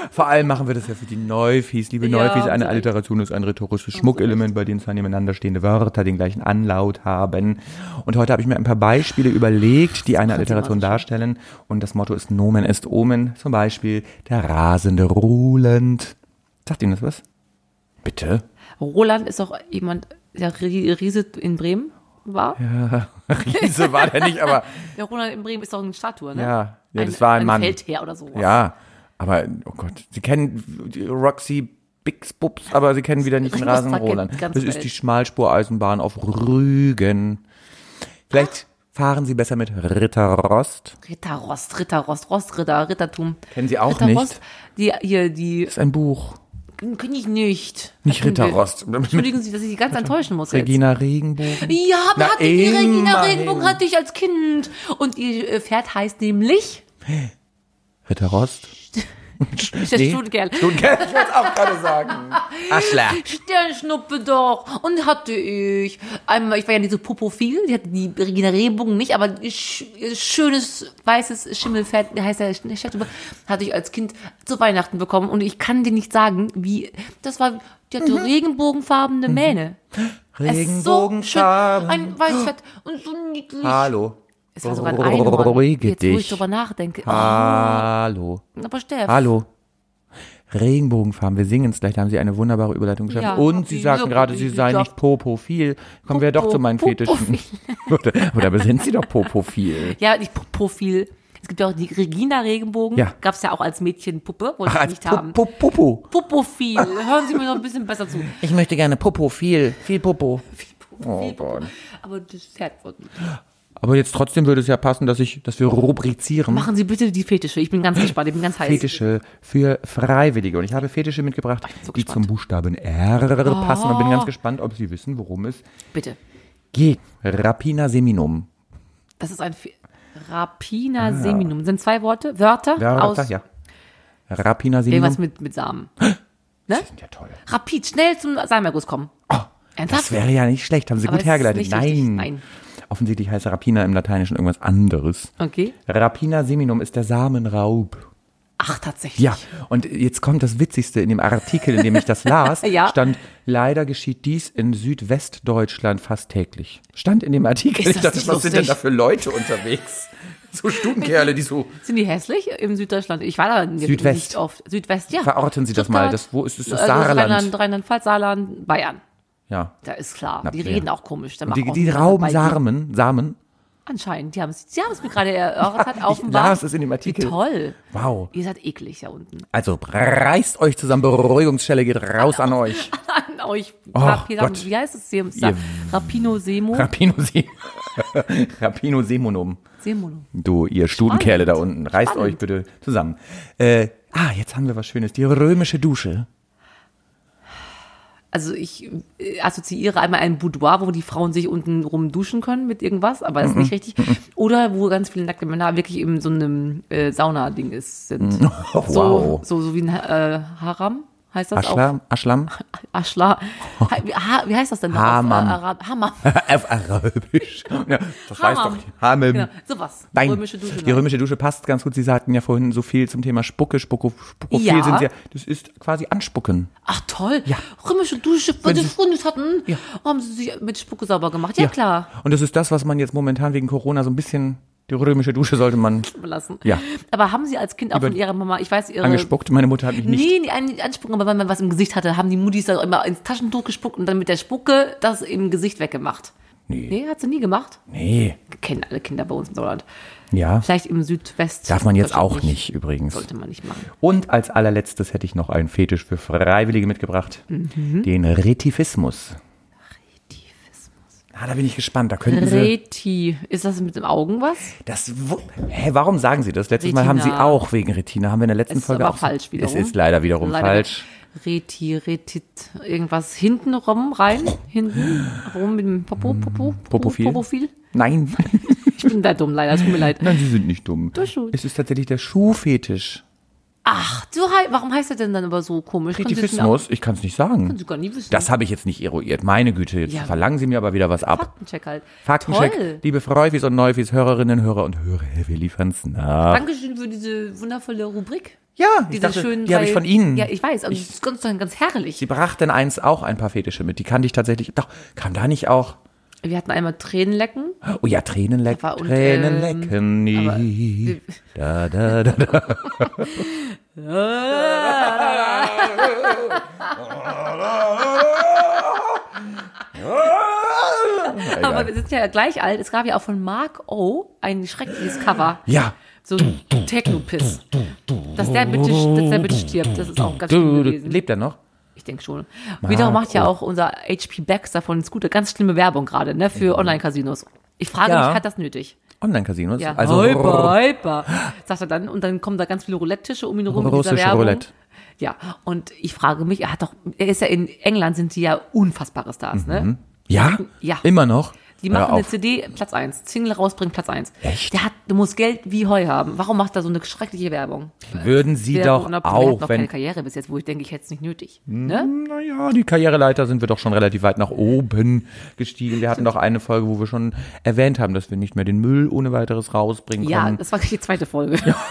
Speaker 2: Vor allem machen wir das ja für die Neufis. Liebe
Speaker 1: Ja, genau.
Speaker 2: Neufis,
Speaker 1: haben Sie
Speaker 2: eine
Speaker 1: recht.
Speaker 2: Alliteration ist ein rhetorisches Schmuckelement, bei dem zwei nebeneinander stehende Wörter den gleichen Anlaut haben. Und heute habe ich mir ein paar Beispiele überlegt, die eine Alliteration darstellen. Und das Motto ist Nomen ist Omen. Zum Beispiel der rasende Roland. Sagt Ihnen das was? Bitte? [LAUGHS]
Speaker 1: Roland ist auch jemand, der Rie- Riese in Bremen war.
Speaker 2: Riese war der nicht,
Speaker 1: [LAUGHS]
Speaker 2: aber
Speaker 1: Der Roland in Bremen ist auch eine Statue, ne?
Speaker 2: Ja. Ja, das war ein Mann.
Speaker 1: Feldherr oder so.
Speaker 2: Ja, aber oh Gott, Sie kennen die Roxy Bixbups, aber Sie kennen wieder nicht den
Speaker 1: Ich muss
Speaker 2: Rasen
Speaker 1: da
Speaker 2: Roland.
Speaker 1: ganz
Speaker 2: Das
Speaker 1: weit.
Speaker 2: ist die Schmalspureisenbahn auf Rügen. Vielleicht
Speaker 1: Ah.
Speaker 2: fahren Sie besser mit Ritterrost.
Speaker 1: Ritterrost, Ritterrost, Rostritter, Rittertum.
Speaker 2: Kennen Sie auch
Speaker 1: Ritterrost, die hier, die
Speaker 2: Das ist ein Buch.
Speaker 1: kenne ich nicht.
Speaker 2: Nicht
Speaker 1: Das kennen wir.
Speaker 2: Ritterrost.
Speaker 1: Entschuldigen Sie, dass ich Sie
Speaker 2: [LAUGHS]
Speaker 1: ganz enttäuschen muss jetzt.
Speaker 2: Regina Regenbogen.
Speaker 1: Ja,
Speaker 2: Na,
Speaker 1: aber hatte ich die Regina
Speaker 2: immerhin.
Speaker 1: Regenbogen hatte ich als Kind. Und ihr äh, Pferd heißt nämlich
Speaker 2: Ritterrost.
Speaker 1: [LAUGHS] ist das
Speaker 2: Stuttgart, [LAUGHS]
Speaker 1: Stuttgart.
Speaker 2: ich wollte es auch gerade sagen. Aschler.
Speaker 1: Sternschnuppe doch. Und hatte ich. Einmal, ich war ja nicht so popophil, die hatte die Regina Rehbogen nicht, aber sch schönes weißes Schimmelfett, heißt ja Sch- Sternschnuppe, hatte ich als Kind zu Weihnachten bekommen. Und ich kann dir nicht sagen, wie, das war, die
Speaker 2: Mhm.
Speaker 1: hatte regenbogenfarbene Mähne. Es ist so schön.
Speaker 2: Regenbogenfarben.
Speaker 1: Ein weißes Fett und so niedlich.
Speaker 2: Hallo.
Speaker 1: Es war sogar ein Einhorn.
Speaker 2: Beruhige
Speaker 1: Jetzt, wo ich
Speaker 2: dich.
Speaker 1: drüber nachdenke.
Speaker 2: Hallo.
Speaker 1: Aber Steff.
Speaker 2: Hallo. Regenbogenfarben, wir singen es gleich, da haben Sie eine wunderbare Überleitung geschafft.
Speaker 1: Ja,
Speaker 2: und
Speaker 1: hab
Speaker 2: Sie
Speaker 1: ich
Speaker 2: sagten
Speaker 1: wirklich
Speaker 2: gerade, Sie seien
Speaker 1: geschafft.
Speaker 2: nicht popophil. Kommen wir doch zu meinen
Speaker 1: Popophil.
Speaker 2: Fetischen. [LAUGHS] Oder aber sind Sie doch popophil?
Speaker 1: Ja, die P- Profil. Es gibt ja auch die Regina Regenbogen.
Speaker 2: Ja.
Speaker 1: Gab's ja auch als Mädchenpuppe. Wollte
Speaker 2: [LAUGHS] Ach,
Speaker 1: ich
Speaker 2: als
Speaker 1: nicht haben.
Speaker 2: Popo. Popo.
Speaker 1: Popophil. Hören Sie mir noch ein bisschen besser zu.
Speaker 2: Ich möchte gerne popophil, viel Popo. Oh Gott.
Speaker 1: Aber das Pferd wird nicht.
Speaker 2: Aber jetzt trotzdem würde es ja passen, dass ich, dass wir rubrizieren.
Speaker 1: Machen Sie bitte die Fetische. Ich bin ganz gespannt. Ich bin ganz heiß.
Speaker 2: Fetische für Freiwillige. Und ich habe Fetische mitgebracht,
Speaker 1: bin so
Speaker 2: die
Speaker 1: gespannt.
Speaker 2: zum Buchstaben R passen. Und bin ganz gespannt, ob Sie wissen, worum es
Speaker 1: Bitte.
Speaker 2: geht. Rapina Seminum.
Speaker 1: Das ist ein Fe Rapina Seminum. Das sind zwei Worte. Wörter,
Speaker 2: Wörter,
Speaker 1: aus
Speaker 2: Ah. ja. Rapina Seminum.
Speaker 1: irgendwas ne? mit, mit Samen.
Speaker 2: Das sind ja toll.
Speaker 1: Rapid, schnell zum Samenerguss kommen.
Speaker 2: Oh, Das wäre ja nicht schlecht, haben sie
Speaker 1: Aber
Speaker 2: gut
Speaker 1: es ist
Speaker 2: hergeleitet.
Speaker 1: nicht richtig.
Speaker 2: Nein.
Speaker 1: Nein.
Speaker 2: Offensichtlich heißt Rapina im Lateinischen irgendwas anderes.
Speaker 1: Okay.
Speaker 2: Rapina seminum ist der Samenraub.
Speaker 1: Ach, tatsächlich.
Speaker 2: Ja, und jetzt kommt das Witzigste. In dem Artikel, in dem ich
Speaker 1: [LAUGHS]
Speaker 2: das las,
Speaker 1: Ja.
Speaker 2: stand, leider geschieht dies in Südwestdeutschland fast täglich. Stand in dem Artikel.
Speaker 1: Ist
Speaker 2: ich
Speaker 1: das
Speaker 2: dachte,
Speaker 1: nicht
Speaker 2: was sind denn da
Speaker 1: lustig?
Speaker 2: für Leute
Speaker 1: [LAUGHS]
Speaker 2: unterwegs? So Stutenkerle, die so.
Speaker 1: Sind die hässlich im Süddeutschland? Ich war da
Speaker 2: Südwest.
Speaker 1: nicht oft. Südwest, ja. also
Speaker 2: Verorten Sie das mal. Das- wo ist- ist das Saarland?
Speaker 1: Rheinland- Rheinland-Pfalz, Saarland, Bayern.
Speaker 2: Ja.
Speaker 1: Da ist klar.
Speaker 2: Na,
Speaker 1: die
Speaker 2: ja.
Speaker 1: reden auch komisch. Da
Speaker 2: Und die,
Speaker 1: machen auch
Speaker 2: die
Speaker 1: andere
Speaker 2: rauben
Speaker 1: bei, die-
Speaker 2: Samen, Samen.
Speaker 1: Anscheinend. Die haben es, die haben es mir
Speaker 2: [LAUGHS]
Speaker 1: gerade erörtert, offenbar.
Speaker 2: las es in dem Artikel.
Speaker 1: Wie toll.
Speaker 2: Wow.
Speaker 1: Ihr seid eklig da unten. [LAUGHS]
Speaker 2: Also reißt euch zusammen, Beruhigungsstelle geht raus an euch.
Speaker 1: An euch.
Speaker 2: Oh Gott.
Speaker 1: Wie heißt es? Sem
Speaker 2: Ihr-
Speaker 1: Rapino Semo.
Speaker 2: Rapino, Se [LAUGHS] Rapino Semonum.
Speaker 1: Semonum.
Speaker 2: Du, ihr Stutenkerle da unten, reißt
Speaker 1: Spannend.
Speaker 2: euch bitte zusammen. Äh, ah, jetzt haben wir was Schönes. Die römische Dusche.
Speaker 1: also ich äh, assoziiere einmal ein Boudoir, wo die Frauen sich unten rum duschen können mit irgendwas, aber das ist
Speaker 2: [LAUGHS]
Speaker 1: nicht richtig. Oder wo ganz viele nackte Männer wirklich in so einem äh, Sauna-Ding ist, sind.
Speaker 2: Oh, [LAUGHS]
Speaker 1: So,
Speaker 2: wow.
Speaker 1: so, so wie ein äh, Haram heißt das auch.
Speaker 2: Aschlam,
Speaker 1: [LAUGHS]
Speaker 2: Aschlam,
Speaker 1: Aschla. Ha, wie- ha, wie heißt das denn?
Speaker 2: Hammam.
Speaker 1: Auf, äh, Arab- Hammam.
Speaker 2: auf Arabisch. äh, Ja, das weiß
Speaker 1: Hammam.
Speaker 2: doch nicht. Hamem.
Speaker 1: Genau, sowas.
Speaker 2: Ähm, Nein,
Speaker 1: Römische Dusche.
Speaker 2: die römische Dusche passt ganz gut. Sie sagten ja vorhin so viel zum Thema Spucke, Spucko, Spuckophil
Speaker 1: Ja.
Speaker 2: sind sie ja. Das ist quasi Anspucken.
Speaker 1: Ach toll. Römische Dusche, weil
Speaker 2: Wenn
Speaker 1: sie
Speaker 2: sie-
Speaker 1: Freundes hatten, haben sie sich mit Spucke sauber gemacht. Ja, klar.
Speaker 2: Und das ist das, was man jetzt momentan wegen Corona so ein bisschen, die römische Dusche sollte man
Speaker 1: Lassen.
Speaker 2: Ja.
Speaker 1: Aber haben sie als Kind auch von ihrer Mama, ich weiß, ihre...
Speaker 2: angespuckt. Meine Mutter hat mich nicht.
Speaker 1: Nee, nicht an- anspucken, aber wenn man was im Gesicht hatte, haben die Muttis dann immer ins Taschentuch gespuckt und dann mit der Spucke das im Gesicht weggemacht.
Speaker 2: Nee.
Speaker 1: Nee, hat sie nie gemacht.
Speaker 2: Nee.
Speaker 1: Kennen alle Kinder bei uns im Deutschland.
Speaker 2: Ja.
Speaker 1: Vielleicht im Südwest.
Speaker 2: Darf man jetzt auch
Speaker 1: Deutschland
Speaker 2: nicht, übrigens.
Speaker 1: Sollte man nicht machen.
Speaker 2: Und als allerletztes hätte ich noch einen Fetisch für Freiwillige mitgebracht.
Speaker 1: Mhm.
Speaker 2: Den Retifismus. Ah, da bin ich gespannt. Da könnten Sie.
Speaker 1: Reti. Ist das mit den Augen was?
Speaker 2: Das, wo, hä, warum sagen Sie das? Letztes Mal haben Sie
Speaker 1: Retina.
Speaker 2: auch wegen Retina. Haben wir in der letzten
Speaker 1: Es ist
Speaker 2: Folge
Speaker 1: aber
Speaker 2: auch.
Speaker 1: falsch wiederum.
Speaker 2: Es ist leider wiederum
Speaker 1: Leider.
Speaker 2: falsch.
Speaker 1: Reti, Retit, irgendwas hinten rum, rein, hinten rum mit dem Popo, Popo,
Speaker 2: Mm, Popophil?
Speaker 1: Popophil.
Speaker 2: Nein, [LAUGHS]
Speaker 1: Ich bin da dumm, leider, tut mir leid.
Speaker 2: nein, Sie sind nicht dumm.
Speaker 1: schon.
Speaker 2: Es ist tatsächlich der Schuhfetisch.
Speaker 1: Ach, so, hei- warum heißt er denn dann aber so komisch? Kannst du jetzt mir auch-
Speaker 2: Retifismus, ich kann es nicht sagen.
Speaker 1: kannst du gar nie wissen.
Speaker 2: Das habe ich jetzt nicht eruiert. Meine Güte, jetzt
Speaker 1: Ja.
Speaker 2: verlangen Sie mir aber wieder was ab.
Speaker 1: Faktencheck halt.
Speaker 2: Faktencheck,
Speaker 1: Toll.
Speaker 2: liebe Freufis und Neufis, Hörerinnen, Hörer und Hörer, wir liefern's nach.
Speaker 1: Dankeschön für diese wundervolle Rubrik.
Speaker 2: Ja, ich
Speaker 1: Diese
Speaker 2: dachte,
Speaker 1: schönen
Speaker 2: die habe ich
Speaker 1: drei-
Speaker 2: von Ihnen.
Speaker 1: Ja, ich weiß, aber das ist ganz, ganz herrlich.
Speaker 2: Sie brachten eins auch ein paar Fetische mit. Die kannte ich tatsächlich. Doch, kam da nicht auch.
Speaker 1: Wir hatten einmal Tränen lecken.
Speaker 2: Oh ja, Tränen lecken.
Speaker 1: war- und,
Speaker 2: Tränen
Speaker 1: ähm,
Speaker 2: lecken
Speaker 1: [LAUGHS]
Speaker 2: nie. Da, da, da, da.
Speaker 1: Aber wir sind ja gleich alt. Es gab ja auch von Mark O. ein schreckliches Cover.
Speaker 2: Ja.
Speaker 1: So ein Techno-Piss. Dass der bitte, dass der bitte stirbt, das ist auch ganz schlimm
Speaker 2: Du, du,
Speaker 1: gewesen.
Speaker 2: lebt er noch?
Speaker 1: Ich denke schon. Wiederum macht ja auch unser HP Baxter von Scooter ganz schlimme Werbung gerade, ne, für Online-Casinos. Ich frage
Speaker 2: Ja.
Speaker 1: mich, hat das nötig?
Speaker 2: Online-Casinos?
Speaker 1: Ja.
Speaker 2: Also,
Speaker 1: hyper, hyper. Sagt er dann, und dann kommen da ganz viele Roulette-Tische um ihn rum mit dieser
Speaker 2: Russische
Speaker 1: Werbung.
Speaker 2: Roulette.
Speaker 1: Ja, und ich frage mich, er hat doch, er ist ja in England, sind die ja unfassbare Stars, ne?
Speaker 2: ja?
Speaker 1: Ja.
Speaker 2: Immer noch?
Speaker 1: Die
Speaker 2: Mhm. Hör
Speaker 1: machen eine
Speaker 2: auf.
Speaker 1: CD Platz 1, Single rausbringen Platz 1.
Speaker 2: Echt?
Speaker 1: Der hat, du musst Geld wie Heu haben. Warum macht er so eine schreckliche Werbung?
Speaker 2: Würden Sie
Speaker 1: äh, Werbung
Speaker 2: doch
Speaker 1: und Applaus. Er hat
Speaker 2: auch,
Speaker 1: noch keine
Speaker 2: wenn. Mhm.
Speaker 1: Karriere bis jetzt, wo ich denke, ich hätte es nicht nötig. Ne?
Speaker 2: Naja, die Karriereleiter sind wir doch schon relativ weit nach oben gestiegen. Wir hatten doch eine Folge, wo wir schon erwähnt haben, dass wir nicht mehr den Müll ohne weiteres rausbringen
Speaker 1: Ja,
Speaker 2: können.
Speaker 1: das war die zweite Folge. [LAUGHS]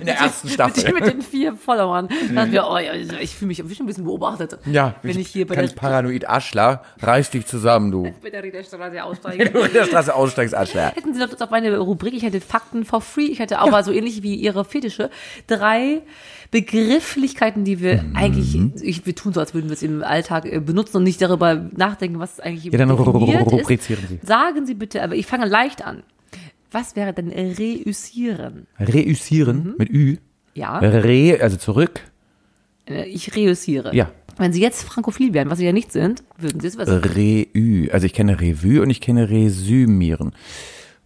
Speaker 2: in der ersten
Speaker 1: mit, den- mit den vier Followern. Da dachten wir, oh, ja, ich fühle mich irgendwie schon ein bisschen beobachtet.
Speaker 2: [LAUGHS] Mhm. Ja,
Speaker 1: wenn ich hier bei der,
Speaker 2: ganz paranoid Aschler, reiß dich zusammen, du.
Speaker 1: [LAUGHS]
Speaker 2: [LAUGHS]
Speaker 1: bei der Ritterstraße aussteige.
Speaker 2: Wenn du in der Straße aussteigst, Aschler.
Speaker 1: Hätten Sie doch jetzt auf meine Rubrik, ich hätte Fakten for free, ich hätte aber so ähnlich wie Ihre Fetische, drei Begrifflichkeiten, die wir
Speaker 2: Mhm.
Speaker 1: eigentlich, ich, wir tun so, als würden wir es im Alltag äh, benutzen und nicht darüber nachdenken, was es eigentlich
Speaker 2: dann
Speaker 1: definiert
Speaker 2: rubrizieren Sie.
Speaker 1: ist. Sagen Sie bitte, aber ich fange leicht an. Was wäre denn reüssieren?
Speaker 2: Reüssieren
Speaker 1: Mhm.
Speaker 2: mit Ü.
Speaker 1: Ja,
Speaker 2: Re, also zurück.
Speaker 1: äh, ich reüssiere.
Speaker 2: Ja.
Speaker 1: Wenn Sie jetzt frankophil wären, was Sie ja nicht sind, würden Sie es was
Speaker 2: Reü. Also ich kenne Revue und ich kenne Resümieren.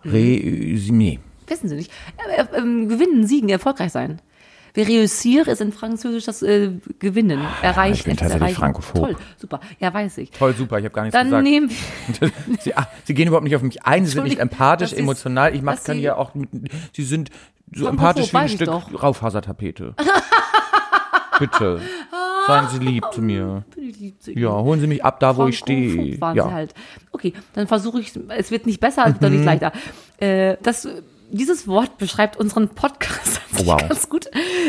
Speaker 1: Mhm.
Speaker 2: Resümé.
Speaker 1: Wissen Sie nicht. Äh, äh, ähm, gewinnen, siegen, erfolgreich sein. Réussir ist in Französisch das äh, Gewinnen, erreichen.
Speaker 2: Ah, ich bin
Speaker 1: etwas
Speaker 2: tatsächlich
Speaker 1: erreichen.
Speaker 2: frankophob.
Speaker 1: Toll, super. Ja, weiß ich.
Speaker 2: Toll, super, ich habe gar nichts
Speaker 1: Dann
Speaker 2: gesagt.
Speaker 1: nehmen wir, [LAUGHS]
Speaker 2: [LAUGHS] Sie, ah, sie gehen überhaupt nicht auf mich ein, sie sind nicht
Speaker 1: Entschuldigung,
Speaker 2: empathisch,
Speaker 1: dass Sie's-
Speaker 2: emotional. Ich mach,
Speaker 1: dass
Speaker 2: kann
Speaker 1: Sie-
Speaker 2: ja auch, mit, sie sind so
Speaker 1: Frankophob,
Speaker 2: empathisch wie ein
Speaker 1: weiß ich
Speaker 2: Stück
Speaker 1: doch.
Speaker 2: Rauffasertapete. [LAUGHS] Bitte, seien Sie lieb zu mir.
Speaker 1: bin ich lieb zu Ihnen.
Speaker 2: Ja, holen Sie mich ab da, wo ich
Speaker 1: Frankophob
Speaker 2: stehe.
Speaker 1: waren
Speaker 2: Ja.
Speaker 1: sie halt. Okay, dann versuche ich, es wird nicht besser, es wird doch
Speaker 2: Mhm.
Speaker 1: nicht leichter. Äh, das, dieses Wort beschreibt unseren Podcast [LAUGHS] an sich
Speaker 2: Oh, Wow.
Speaker 1: ganz gut.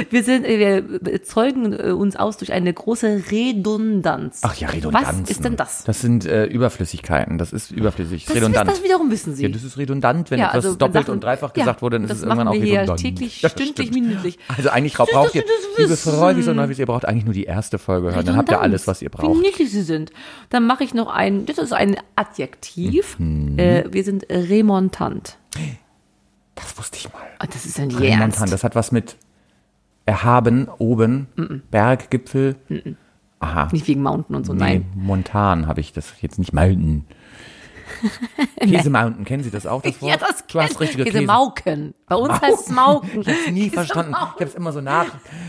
Speaker 1: Wir sind, äh, wir zeugen äh, uns aus durch eine große Redundanz.
Speaker 2: Ach ja, Redundanzen.
Speaker 1: Was ist denn das?
Speaker 2: Das sind äh, Überflüssigkeiten. Das ist überflüssig.
Speaker 1: Das,
Speaker 2: redundant.
Speaker 1: das wiederum wissen Sie.
Speaker 2: ja, das ist redundant, wenn
Speaker 1: Ja,
Speaker 2: etwas
Speaker 1: also wenn
Speaker 2: doppelt
Speaker 1: Sachen-
Speaker 2: und dreifach
Speaker 1: ja,
Speaker 2: gesagt wurde, dann ist
Speaker 1: das
Speaker 2: es irgendwann auch
Speaker 1: machen wir hier
Speaker 2: redundant.
Speaker 1: täglich,
Speaker 2: Ja, das
Speaker 1: stündlich,
Speaker 2: stimmt.
Speaker 1: minütlich.
Speaker 2: Also eigentlich braucht
Speaker 1: Süß,
Speaker 2: ihr,
Speaker 1: dass wir das
Speaker 2: liebe
Speaker 1: wissen.
Speaker 2: Freudis und Neufis, ihr braucht eigentlich nur die erste Folge hören. Dann habt ihr
Speaker 1: Redundanz.
Speaker 2: alles, was ihr braucht.
Speaker 1: Wie niedlich sie sind. Dann mache ich noch ein, das ist ein Adjektiv.
Speaker 2: Mhm.
Speaker 1: Äh, wir sind remontant.
Speaker 2: Das wusste ich mal.
Speaker 1: Ah, das ist ein
Speaker 2: Remontan,
Speaker 1: Ernst.
Speaker 2: das hat was mit erhaben, oben, Berg, Gipfel. Aha.
Speaker 1: Nicht wegen Mountain und so, nein. [LAUGHS]
Speaker 2: Nee, Montan habe ich das jetzt nicht. Malten. Käse Mountain, kennen Sie das auch, das Wort?
Speaker 1: Ja, das
Speaker 2: du hast richtige
Speaker 1: Käse
Speaker 2: Käse.
Speaker 1: Mauken. Bei uns heißt es Mauken.
Speaker 2: Ich
Speaker 1: [LAUGHS]
Speaker 2: hab's nie verstanden. Ich hab's immer so nach.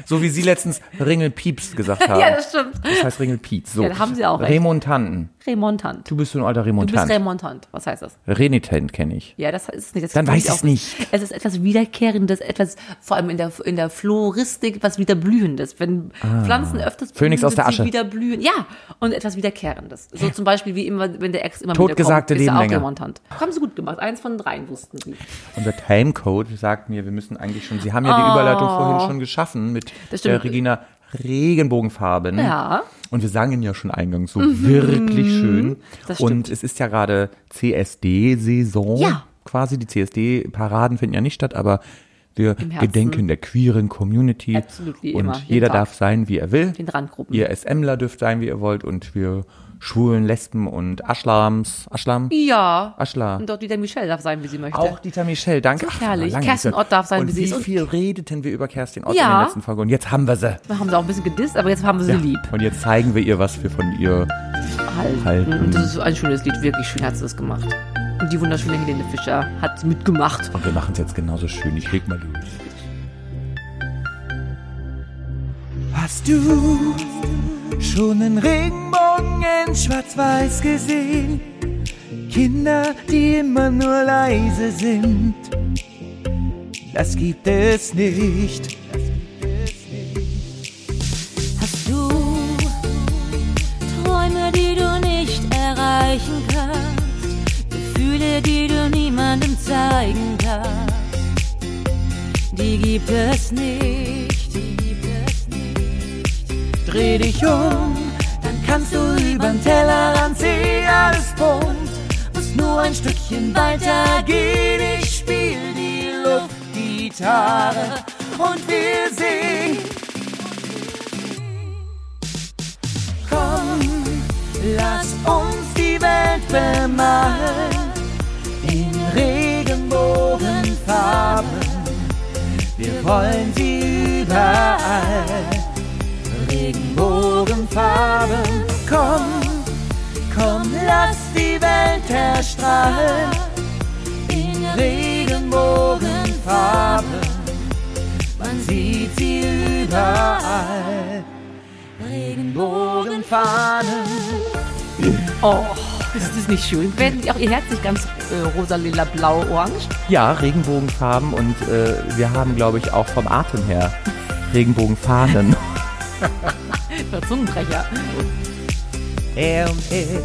Speaker 2: So wie Sie letztens Ringelpieps gesagt haben.
Speaker 1: [LAUGHS] Ja, das stimmt.
Speaker 2: Das heißt Ringelpiez. So.
Speaker 1: Ja, da haben Sie auch recht.
Speaker 2: Remontanten.
Speaker 1: Remontant.
Speaker 2: Du bist so ein alter
Speaker 1: Du bist
Speaker 2: Remontant.
Speaker 1: Remontant. Was heißt das?
Speaker 2: Renitent kenne ich.
Speaker 1: Ja, das ist nicht. Das
Speaker 2: Dann
Speaker 1: finde
Speaker 2: weiß ich's
Speaker 1: auch- Es ist etwas Wiederkehrendes, etwas vor allem in der, in der Floristik, was Wiederblühendes. Wenn Pflanzen öfters
Speaker 2: Ah. Phönix aus der
Speaker 1: wird sie
Speaker 2: Asche.
Speaker 1: wieder blühen. Ja, und etwas Wiederkehrendes. So zum Beispiel wie immer, wenn der Ex immer
Speaker 2: Totgesagte
Speaker 1: wieder kommt, ist er auch
Speaker 2: Lebenlänge.
Speaker 1: Remontant. Haben sie gut gemacht. Eins von dreien wussten sie.
Speaker 2: Unser Timecode sagt mir, wir müssen eigentlich schon, Sie haben ja die Überleitung vorhin schon geschaffen mit
Speaker 1: Oh. Das stimmt.
Speaker 2: der Regina Regenbogenfarben.
Speaker 1: Ja. Mhm.
Speaker 2: Und wir sangen ja schon eingangs so wirklich schön.
Speaker 1: Das stimmt.
Speaker 2: Und es ist ja gerade CSD-Saison.
Speaker 1: Ja.
Speaker 2: Quasi die CSD-Paraden finden ja nicht statt, aber wir
Speaker 1: Herzen.
Speaker 2: gedenken der queeren Community.
Speaker 1: Absolutely,
Speaker 2: Und
Speaker 1: immer, jeden
Speaker 2: jeder
Speaker 1: Tag.
Speaker 2: darf sein, wie er will.
Speaker 1: Den Randgruppen.
Speaker 2: Ihr SMler dürft sein, wie ihr wollt. Und wir Schwulen, Lesben und Aschlams. Aschlam?
Speaker 1: Ja.
Speaker 2: Aschla.
Speaker 1: Und dort wieder Michelle darf sein, wie sie möchte.
Speaker 2: Auch Dieter Michel, danke.
Speaker 1: So
Speaker 2: Ach, war
Speaker 1: herrlich.
Speaker 2: lange
Speaker 1: Kerstin
Speaker 2: nicht.
Speaker 1: Ott darf sein, wie
Speaker 2: und
Speaker 1: sie
Speaker 2: wie
Speaker 1: ist. Und-
Speaker 2: viel redeten wir über Kerstin Ott in
Speaker 1: Ja.
Speaker 2: der letzten Folge? Und jetzt haben wir sie.
Speaker 1: Da haben sie auch ein bisschen gedisst, aber jetzt haben wir sie lieb.
Speaker 2: Und jetzt zeigen wir ihr, was wir von ihr
Speaker 1: Halten.
Speaker 2: halten.
Speaker 1: Das ist ein schönes Lied, wirklich schön hat sie das gemacht. Und die wunderschöne Helene Fischer hat mitgemacht.
Speaker 2: Und wir machen es jetzt genauso schön. Ich leg mal los.
Speaker 3: Hast du schon einen Regenbogen in Schwarz-Weiß gesehen? Kinder, die immer nur leise sind. Das gibt es nicht.
Speaker 4: Hast du Träume, die du nicht erreichen kannst? Gefühle, die du niemandem zeigen kannst? Die gibt es nicht. Die gibt es nicht.
Speaker 3: Dreh dich um, dann kannst du übern Tellerrand sehen, alles bunt.
Speaker 4: Muss nur ein Stückchen weiter gehen. Ich spiel die Luftgitarre und wir singen.
Speaker 3: Komm, lass uns die Welt bemalen in Regenbogenfarben. Wir wollen sie überall. Regenbogenfarben, komm, komm, lass die Welt erstrahlen in Regenbogenfarben. Man sieht sie überall. Regenbogenfahnen.
Speaker 1: Oh, ist das nicht schön? Werden auch ihr Herz nicht ganz äh, rosa, lila, blau, orange?
Speaker 2: Ja, Regenbogenfarben und äh, wir haben, glaube ich, auch vom Atem her Regenbogenfahnen.
Speaker 1: Oder Zungenbrecher?
Speaker 3: Er und er.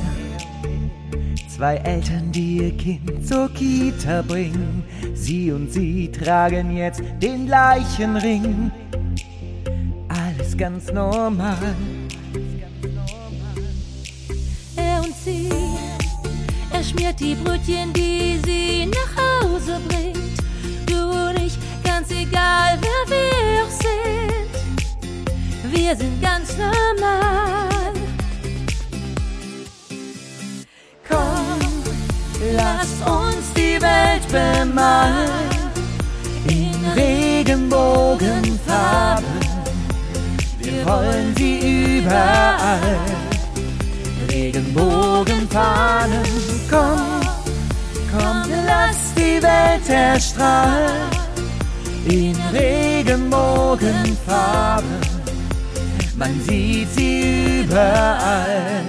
Speaker 3: Zwei Eltern, die ihr Kind zur Kita bringen. Sie und sie tragen jetzt den gleichen Ring. Alles ganz normal.
Speaker 4: er und sie. Er schmiert die Brötchen, die sie nach Hause bringt. Du und ich, ganz egal, wer wir auch sind. Wir sind ganz normal. Komm, lass uns die Welt bemalen. In Regenbogenfarben. Wir wollen sie überall.
Speaker 3: Regenbogenfahnen, komm, komm, lass die Welt erstrahlen in Regenbogenfarben. Man sieht sie überall.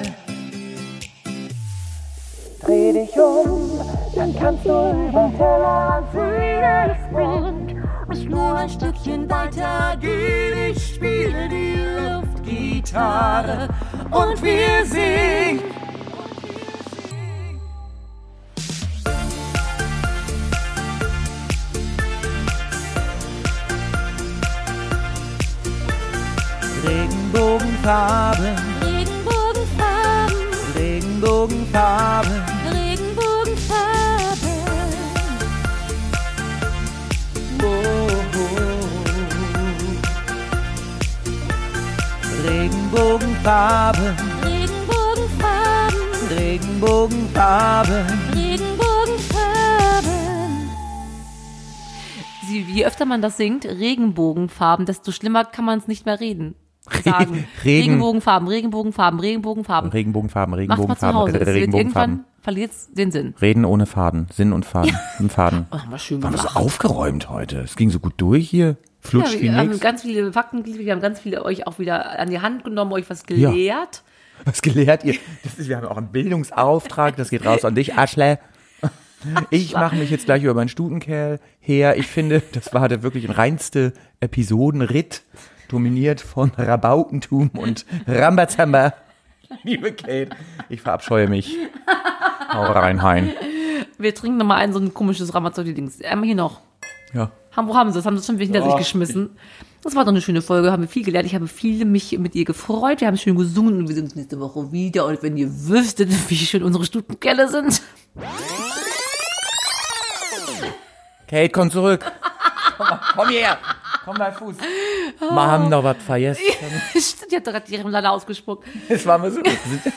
Speaker 3: Dreh dich um, dann kannst du über den Tellerrand sehen, alles bunt.
Speaker 4: Muss nur ein Stückchen weiter gehen. Ich spiele die Luftgitarre und wir singen.
Speaker 3: Regenbogenfarben,
Speaker 4: Regenbogenfarben,
Speaker 3: Regenbogenfarben.
Speaker 4: Regenbogenfarben.
Speaker 3: Oh, oh, oh. Regenbogenfarben,
Speaker 4: Regenbogenfarben,
Speaker 3: Regenbogenfarben.
Speaker 4: Regenbogenfarben.
Speaker 1: Sie, je öfter man das singt, Regenbogenfarben, desto schlimmer kann man es nicht mehr reden. Sagen.
Speaker 2: [LAUGHS] Regen-
Speaker 1: Regenbogenfarben, Regenbogenfarben, Regenbogenfarben.
Speaker 2: Regenbogenfarben,
Speaker 1: Macht's
Speaker 2: Regenbogenfarben,
Speaker 1: mal zu Hause.
Speaker 2: äh,
Speaker 1: Es wird irgendwann
Speaker 2: Regenbogenfarben.
Speaker 1: verliert's den Sinn.
Speaker 2: Reden ohne Faden, Sinn und Faden, im Faden.
Speaker 1: Oh, haben wir schön
Speaker 2: Waren wir
Speaker 1: gemacht.
Speaker 2: so aufgeräumt heute? Es ging so gut durch hier. Flutscht
Speaker 1: Ja, wir
Speaker 2: wie
Speaker 1: haben
Speaker 2: nix.
Speaker 1: ganz viele Fakten geliefert, wir haben ganz viele euch auch wieder an die Hand genommen, euch was gelehrt.
Speaker 2: Was gelehrt ihr? [LAUGHS] Das ist, wir haben auch einen Bildungsauftrag, das geht raus an dich, [LAUGHS] Aschle. Ich mache mich jetzt gleich über meinen Stutenkerl her. Ich finde, das war der wirklich reinste Episodenritt, dominiert von Rabaukentum und Rambazamba. [LAUGHS] Liebe Kate, ich verabscheue mich. Hau rein, Hein.
Speaker 1: Wir trinken nochmal ein so ein komisches Ramazzotti-Dings. Einmal hier noch.
Speaker 2: Ja.
Speaker 1: Haben, wo haben sie das? Haben sie das schon wieder hinter sich
Speaker 2: Oh.
Speaker 1: geschmissen? Das war doch eine schöne Folge, haben wir viel gelernt. Ich habe viele mich mit ihr gefreut. Wir haben schön gesungen und wir sind nächste Woche wieder. Und wenn ihr wüsstet, wie schön unsere Stutenkelle sind. [LAUGHS]
Speaker 2: Kate, komm [LAUGHS] zurück. Komm, mal, komm her. Komm mal Fuß. Wir haben noch was vergessen.
Speaker 1: Stimmt, die hat gerade ihre Lade ausgespuckt.
Speaker 2: Das war mal so. Wir sind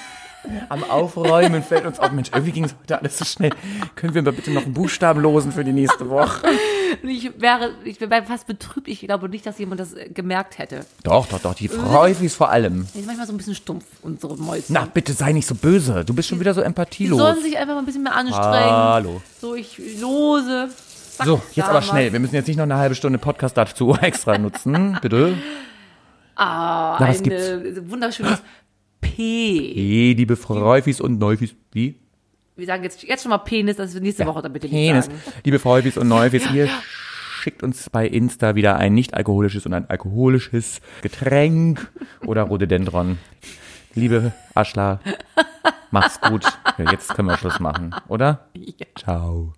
Speaker 2: Am Aufräumen fällt uns auf, Mensch, irgendwie ging es heute alles so schnell. Können wir mal bitte noch einen Buchstaben losen für die nächste Woche?
Speaker 1: Und ich wäre, ich wäre fast betrübt. Ich glaube nicht, dass jemand das äh, gemerkt hätte.
Speaker 2: Doch, doch, doch, die Freufis vor allem.
Speaker 1: Die sind manchmal so ein bisschen stumpf, unsere Mäuse.
Speaker 2: Na, bitte sei nicht so böse. Du bist schon wieder so
Speaker 1: Die sollen
Speaker 2: empathielos.
Speaker 1: sich einfach mal ein bisschen mehr anstrengen.
Speaker 2: Hallo.
Speaker 1: So, ich lose. Zack,
Speaker 2: So, jetzt
Speaker 1: da
Speaker 2: aber
Speaker 1: was.
Speaker 2: schnell. Wir müssen jetzt nicht noch eine halbe Stunde Podcast dazu extra nutzen. Bitte.
Speaker 1: Ah,
Speaker 2: Na,
Speaker 1: ein
Speaker 2: was gibt's?
Speaker 1: äh, wunderschönes P.
Speaker 2: Eh, liebe Freufis und Neufis. Wie?
Speaker 1: Wir sagen jetzt, jetzt schon mal Penis, dass wir nächste Woche dann bitte nicht
Speaker 2: Penis.
Speaker 1: sagen.
Speaker 2: Liebe Freufis und Neufis, ihr schickt uns bei Insta wieder ein nicht-alkoholisches und ein alkoholisches Getränk oder Rhododendron. Liebe Aschla, mach's gut. Ja, Jetzt können wir Schluss machen, oder? Ciao.